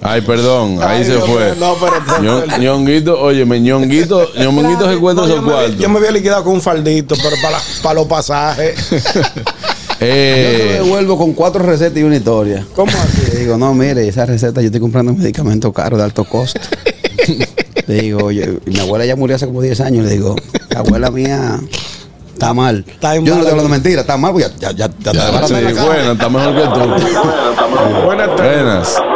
[SPEAKER 3] Ay, perdón, ahí
[SPEAKER 1] Ay,
[SPEAKER 3] se
[SPEAKER 1] Dios
[SPEAKER 3] fue.
[SPEAKER 1] mío, no, pero-
[SPEAKER 3] Ñon- Ñonguito, oye, Ñonguito, Ñonguito se cuenta
[SPEAKER 1] No,
[SPEAKER 3] esos
[SPEAKER 1] yo, me, yo
[SPEAKER 3] cuartos.
[SPEAKER 1] me había liquidado con un faldito, pero para, la- para los pasajes.
[SPEAKER 2] Yo te lo
[SPEAKER 3] Eh,
[SPEAKER 2] devuelvo con cuatro recetas y una historia.
[SPEAKER 1] ¿Cómo así?
[SPEAKER 2] Le digo, no, mire, esa receta yo estoy comprando medicamentos caros de alto costo. le digo, oye, mi abuela ya murió hace como 10 años. Le digo, la abuela mía está mal.
[SPEAKER 1] Está
[SPEAKER 2] yo
[SPEAKER 1] en
[SPEAKER 2] no
[SPEAKER 1] mala
[SPEAKER 2] estoy hablando
[SPEAKER 1] vida.
[SPEAKER 2] mentira, está mal, porque ya, ya, ya, ya, está
[SPEAKER 3] sí,
[SPEAKER 2] barata la cara.
[SPEAKER 3] buena, está mejor que tú.
[SPEAKER 1] Buenas tardes.
[SPEAKER 3] Buenas.
[SPEAKER 13] ¿Qué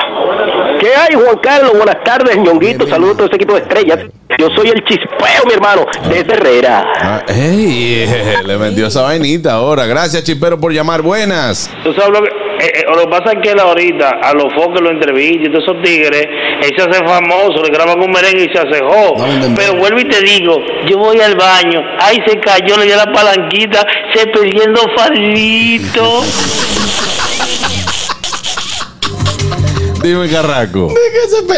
[SPEAKER 13] ¿Qué hay, Juan Carlos? Buenas tardes, ñonguito. Saludos a todo ese equipo de estrellas. Yo soy el chispeo, mi hermano, de Herrera.
[SPEAKER 3] Ah, ey, eh, le vendió esa vainita ahora. Gracias, Chipero, por llamar. Buenas.
[SPEAKER 12] Tú sabes lo que, eh, eh, lo que pasa es que él ahorita a los foques lo entrevista y todos esos tigres, él se hace famoso, le graban un merengue y se hace jo. Pero vuelvo y te digo, yo voy al baño, ahí se cayó, le dio la palanquita, se perdiendo faldito.
[SPEAKER 3] Dime, Carraco.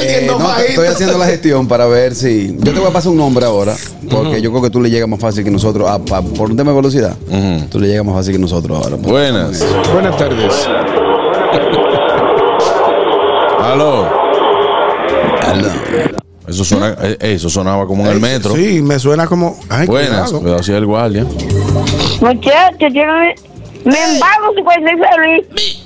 [SPEAKER 2] Eh, no, te- estoy haciendo la gestión para ver si. Yo te voy a pasar un nombre ahora, porque yo creo que tú le llegas más fácil que nosotros. Ah, pa- por un tema de velocidad, tú le llegas más fácil que nosotros ahora.
[SPEAKER 3] Buenas.
[SPEAKER 7] Buenas tardes.
[SPEAKER 3] Aló. Eso, suena, eh, eso sonaba como en el metro.
[SPEAKER 1] Sí, me suena como. Ay,
[SPEAKER 3] Buenas.
[SPEAKER 1] cuidado.
[SPEAKER 3] Cuidado, si es el guardia.
[SPEAKER 9] Muchachos, yo no me, me embargo si puede ser feliz.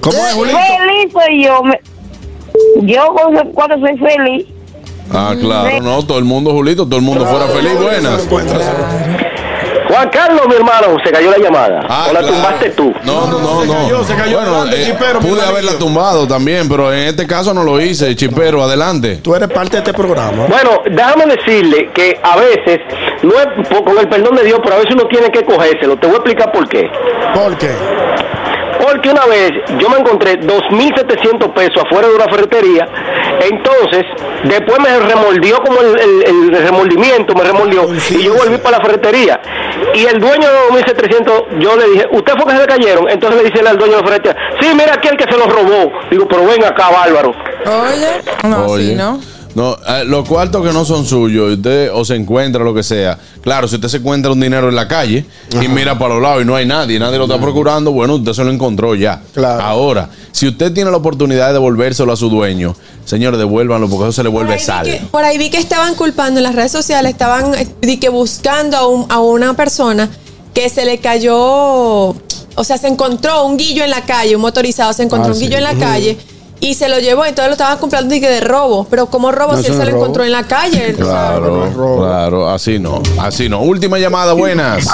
[SPEAKER 1] ¿Cómo es, Julito?
[SPEAKER 9] Feliz soy yo. me- yo cuando, cuando soy feliz.
[SPEAKER 3] Ah, claro, no. Todo el mundo, Julito, todo el mundo fuera feliz. Buenas.
[SPEAKER 13] Juan Carlos, mi hermano, se cayó la llamada.
[SPEAKER 3] Ah,
[SPEAKER 13] o la
[SPEAKER 3] claro.
[SPEAKER 13] tumbaste tú.
[SPEAKER 3] No, no, no. no. bueno, eh, pude haberla tumbado también, pero en este caso no lo hice. Chipero, adelante.
[SPEAKER 1] Tú eres parte de este programa.
[SPEAKER 13] Bueno, déjame decirle que a veces, no es, por- con el perdón de Dios, pero a veces uno tiene que cogérselo. Te voy a explicar por qué.
[SPEAKER 1] ¿Por qué?
[SPEAKER 13] Porque una vez yo me encontré 2.700 pesos afuera de una ferretería, entonces después me remoldió como el, el- el remordimiento, me remoldió, y yo volví para la ferretería. Y el dueño de 2.700, yo le dije, ¿usted fue que se le cayeron? Entonces le dice él al dueño de la ferretería, sí, mira aquel que se los robó. Digo, pero ven acá, bárbaro.
[SPEAKER 4] Oye, no,
[SPEAKER 3] Oye.
[SPEAKER 4] sí, ¿no?
[SPEAKER 3] No, eh, los cuartos que no son suyos, usted o se encuentra lo que sea. Claro, si usted se encuentra un dinero en la calle y mira para los lados y no hay nadie, nadie lo está procurando, bueno, usted se lo encontró ya. Ahora, si usted tiene la oportunidad de devolvérselo a su dueño, señor, devuélvanlo porque eso se le vuelve sal.
[SPEAKER 8] Por ahí vi que estaban culpando en las redes sociales, estaban eh, di que buscando a, un- a una persona que se le cayó, o sea, se encontró un guillo en la calle, un motorizado, se encontró
[SPEAKER 14] Ah,
[SPEAKER 8] un
[SPEAKER 14] sí.
[SPEAKER 8] guillo en la
[SPEAKER 14] Ujú.
[SPEAKER 8] calle y se lo llevó, entonces lo estaban comprando di que de robo, pero ¿cómo robo
[SPEAKER 3] No,
[SPEAKER 8] si
[SPEAKER 3] eso
[SPEAKER 8] él
[SPEAKER 3] no
[SPEAKER 8] se
[SPEAKER 3] es
[SPEAKER 8] lo
[SPEAKER 3] robo.
[SPEAKER 8] encontró en la calle?
[SPEAKER 3] Claro, claro, así no, así no. Última llamada, buenas.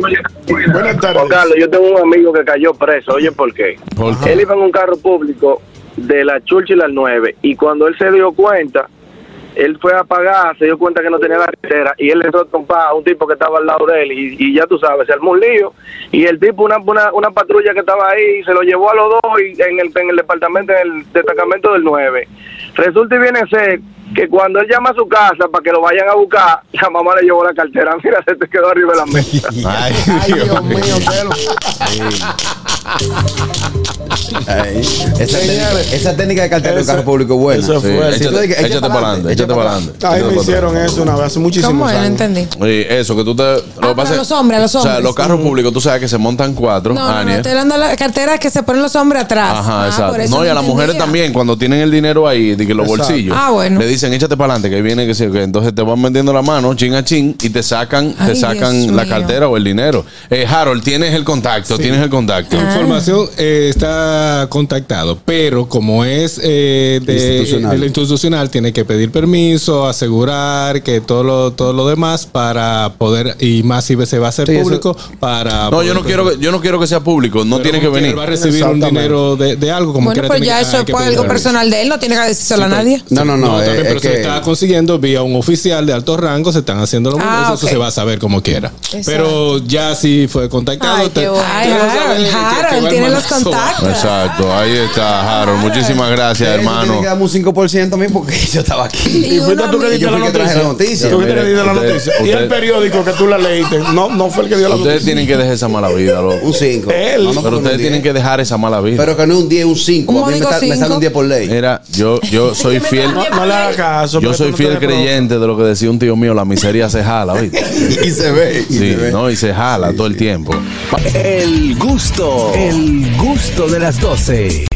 [SPEAKER 1] Buenas tardes.
[SPEAKER 15] Juan Carlos, yo tengo un amigo que cayó preso. Oye, ¿por qué?
[SPEAKER 3] ¿Por
[SPEAKER 15] qué? Él iba en un carro público de la Churchill al 9 y cuando él se dio cuenta, él fue a pagar, se dio cuenta que no tenía carretera y él le entró a trompar a un tipo que estaba al lado de él y, y ya tú sabes, se armó un lío y el tipo, una, una, una patrulla que estaba ahí, se lo llevó a los dos y en el, en el departamento, en el destacamento del 9. Resulta y viene a ser que cuando él llama a su casa para que lo vayan a buscar, la mamá le llevó la cartera, mira, se te quedó arriba de la mesa.
[SPEAKER 3] Ay,
[SPEAKER 1] Dios mío, pelo.
[SPEAKER 2] Ahí. Esa, técnica, esa técnica de cartera de carro público es buena. Sí.
[SPEAKER 3] Eso fue,
[SPEAKER 2] Entonces,
[SPEAKER 3] échate-
[SPEAKER 2] dije,
[SPEAKER 3] échate para adelante, échate para adelante.
[SPEAKER 1] Ay, me hicieron eso una vez hace muchísimos
[SPEAKER 4] ¿Cómo es? No
[SPEAKER 1] años.
[SPEAKER 4] entendí.
[SPEAKER 3] Sí, eso, que tú te. Lo que pasa es-
[SPEAKER 4] Ah, los hombres, los
[SPEAKER 3] O sea,
[SPEAKER 4] hombres.
[SPEAKER 3] los carros públicos, tú sabes que se montan cuatro,
[SPEAKER 4] No, no, no,
[SPEAKER 3] Ania.
[SPEAKER 4] estoy hablando de las carteras que se ponen los hombres atrás.
[SPEAKER 3] Ajá,
[SPEAKER 4] Ah,
[SPEAKER 3] exacto.
[SPEAKER 4] por eso
[SPEAKER 3] No, y a las
[SPEAKER 4] entendía.
[SPEAKER 3] mujeres también, cuando tienen el dinero ahí, de que los
[SPEAKER 4] Exacto.
[SPEAKER 3] bolsillos,
[SPEAKER 4] Ah, bueno.
[SPEAKER 3] le dicen, échate para adelante, que ahí viene que sí, que entonces te van vendiendo la mano, chin a chin, y te sacan,
[SPEAKER 7] Ay,
[SPEAKER 3] te sacan
[SPEAKER 7] Dios
[SPEAKER 3] la
[SPEAKER 7] mío.
[SPEAKER 3] cartera o el dinero. Eh, Harold, tienes el contacto, tienes el contacto.
[SPEAKER 4] Ah.
[SPEAKER 7] Tu información eh, está contactado, pero como es eh, de,
[SPEAKER 3] Institucional.
[SPEAKER 7] del institucional, tiene que pedir permiso, asegurar que todo lo, todo lo demás para poder, y más si se va a hacer
[SPEAKER 3] Sí, eso-
[SPEAKER 7] público, para.
[SPEAKER 3] No, yo no quiero que, yo no quiero que sea público, no tiene que venir.
[SPEAKER 7] Va a recibir un dinero de, de algo como
[SPEAKER 4] Bueno,
[SPEAKER 7] quiera,
[SPEAKER 4] pues
[SPEAKER 7] tiene
[SPEAKER 4] ya
[SPEAKER 7] que-
[SPEAKER 4] eso
[SPEAKER 7] hay
[SPEAKER 4] es
[SPEAKER 7] que
[SPEAKER 4] por
[SPEAKER 7] pedir
[SPEAKER 4] algo
[SPEAKER 7] permiso.
[SPEAKER 4] personal de él, no tiene que decírselo
[SPEAKER 7] pues,
[SPEAKER 4] a nadie.
[SPEAKER 2] No, no, no.
[SPEAKER 7] también,
[SPEAKER 2] es-
[SPEAKER 7] pero
[SPEAKER 2] es
[SPEAKER 7] se
[SPEAKER 2] que-
[SPEAKER 7] está consiguiendo vía un oficial de altos rangos, se están haciendo los
[SPEAKER 4] Ah,
[SPEAKER 7] eso
[SPEAKER 4] ok.
[SPEAKER 7] se va a saber como quiera.
[SPEAKER 4] Exacto.
[SPEAKER 7] Pero ya si fue contactado,
[SPEAKER 4] Ay,
[SPEAKER 7] te- Ah,
[SPEAKER 4] qué bueno. Ay,
[SPEAKER 7] ya lo
[SPEAKER 4] Harold,
[SPEAKER 7] saben, eh, que- que
[SPEAKER 4] Harold,
[SPEAKER 7] va el
[SPEAKER 4] tiene los
[SPEAKER 7] manazo.
[SPEAKER 4] contactos.
[SPEAKER 3] Exacto, ahí está, Harold. Muchísimas gracias,
[SPEAKER 2] Eso Tiene
[SPEAKER 3] hermano.
[SPEAKER 2] que darme un 5% a mí porque yo estaba aquí.
[SPEAKER 1] Y fuiste tú que
[SPEAKER 2] Y yo
[SPEAKER 1] diste la
[SPEAKER 2] fui que traje la
[SPEAKER 1] noticia.
[SPEAKER 2] noticia.
[SPEAKER 1] Tú que le diste la
[SPEAKER 3] Usted-
[SPEAKER 1] noticia. Y el
[SPEAKER 3] usted-
[SPEAKER 1] periódico que tú la leíste, no, no fue el que dio la noticia.
[SPEAKER 3] Ustedes tienen que dejar esa mala vida, loco. Un
[SPEAKER 2] 5.
[SPEAKER 1] Él. No, no,
[SPEAKER 3] Pero
[SPEAKER 1] no,
[SPEAKER 3] ustedes
[SPEAKER 1] un
[SPEAKER 3] tienen que dejar esa mala vida.
[SPEAKER 2] Pero que no es un 10, un 5. A mí me,
[SPEAKER 1] módico
[SPEAKER 2] está- me sale
[SPEAKER 1] cinco.
[SPEAKER 2] un 10 por ley.
[SPEAKER 3] Mira, yo, yo soy fiel.
[SPEAKER 1] No, no le hagas caso.
[SPEAKER 3] Yo
[SPEAKER 1] porque
[SPEAKER 3] soy
[SPEAKER 1] tú no
[SPEAKER 3] fiel
[SPEAKER 1] tienes
[SPEAKER 3] creyente de lo que decía un tío mío, la miseria se jala, ¿oíste?
[SPEAKER 2] Y se ve.
[SPEAKER 3] Sí, no, y se jala todo el tiempo.
[SPEAKER 6] El gusto, el gusto de las 12.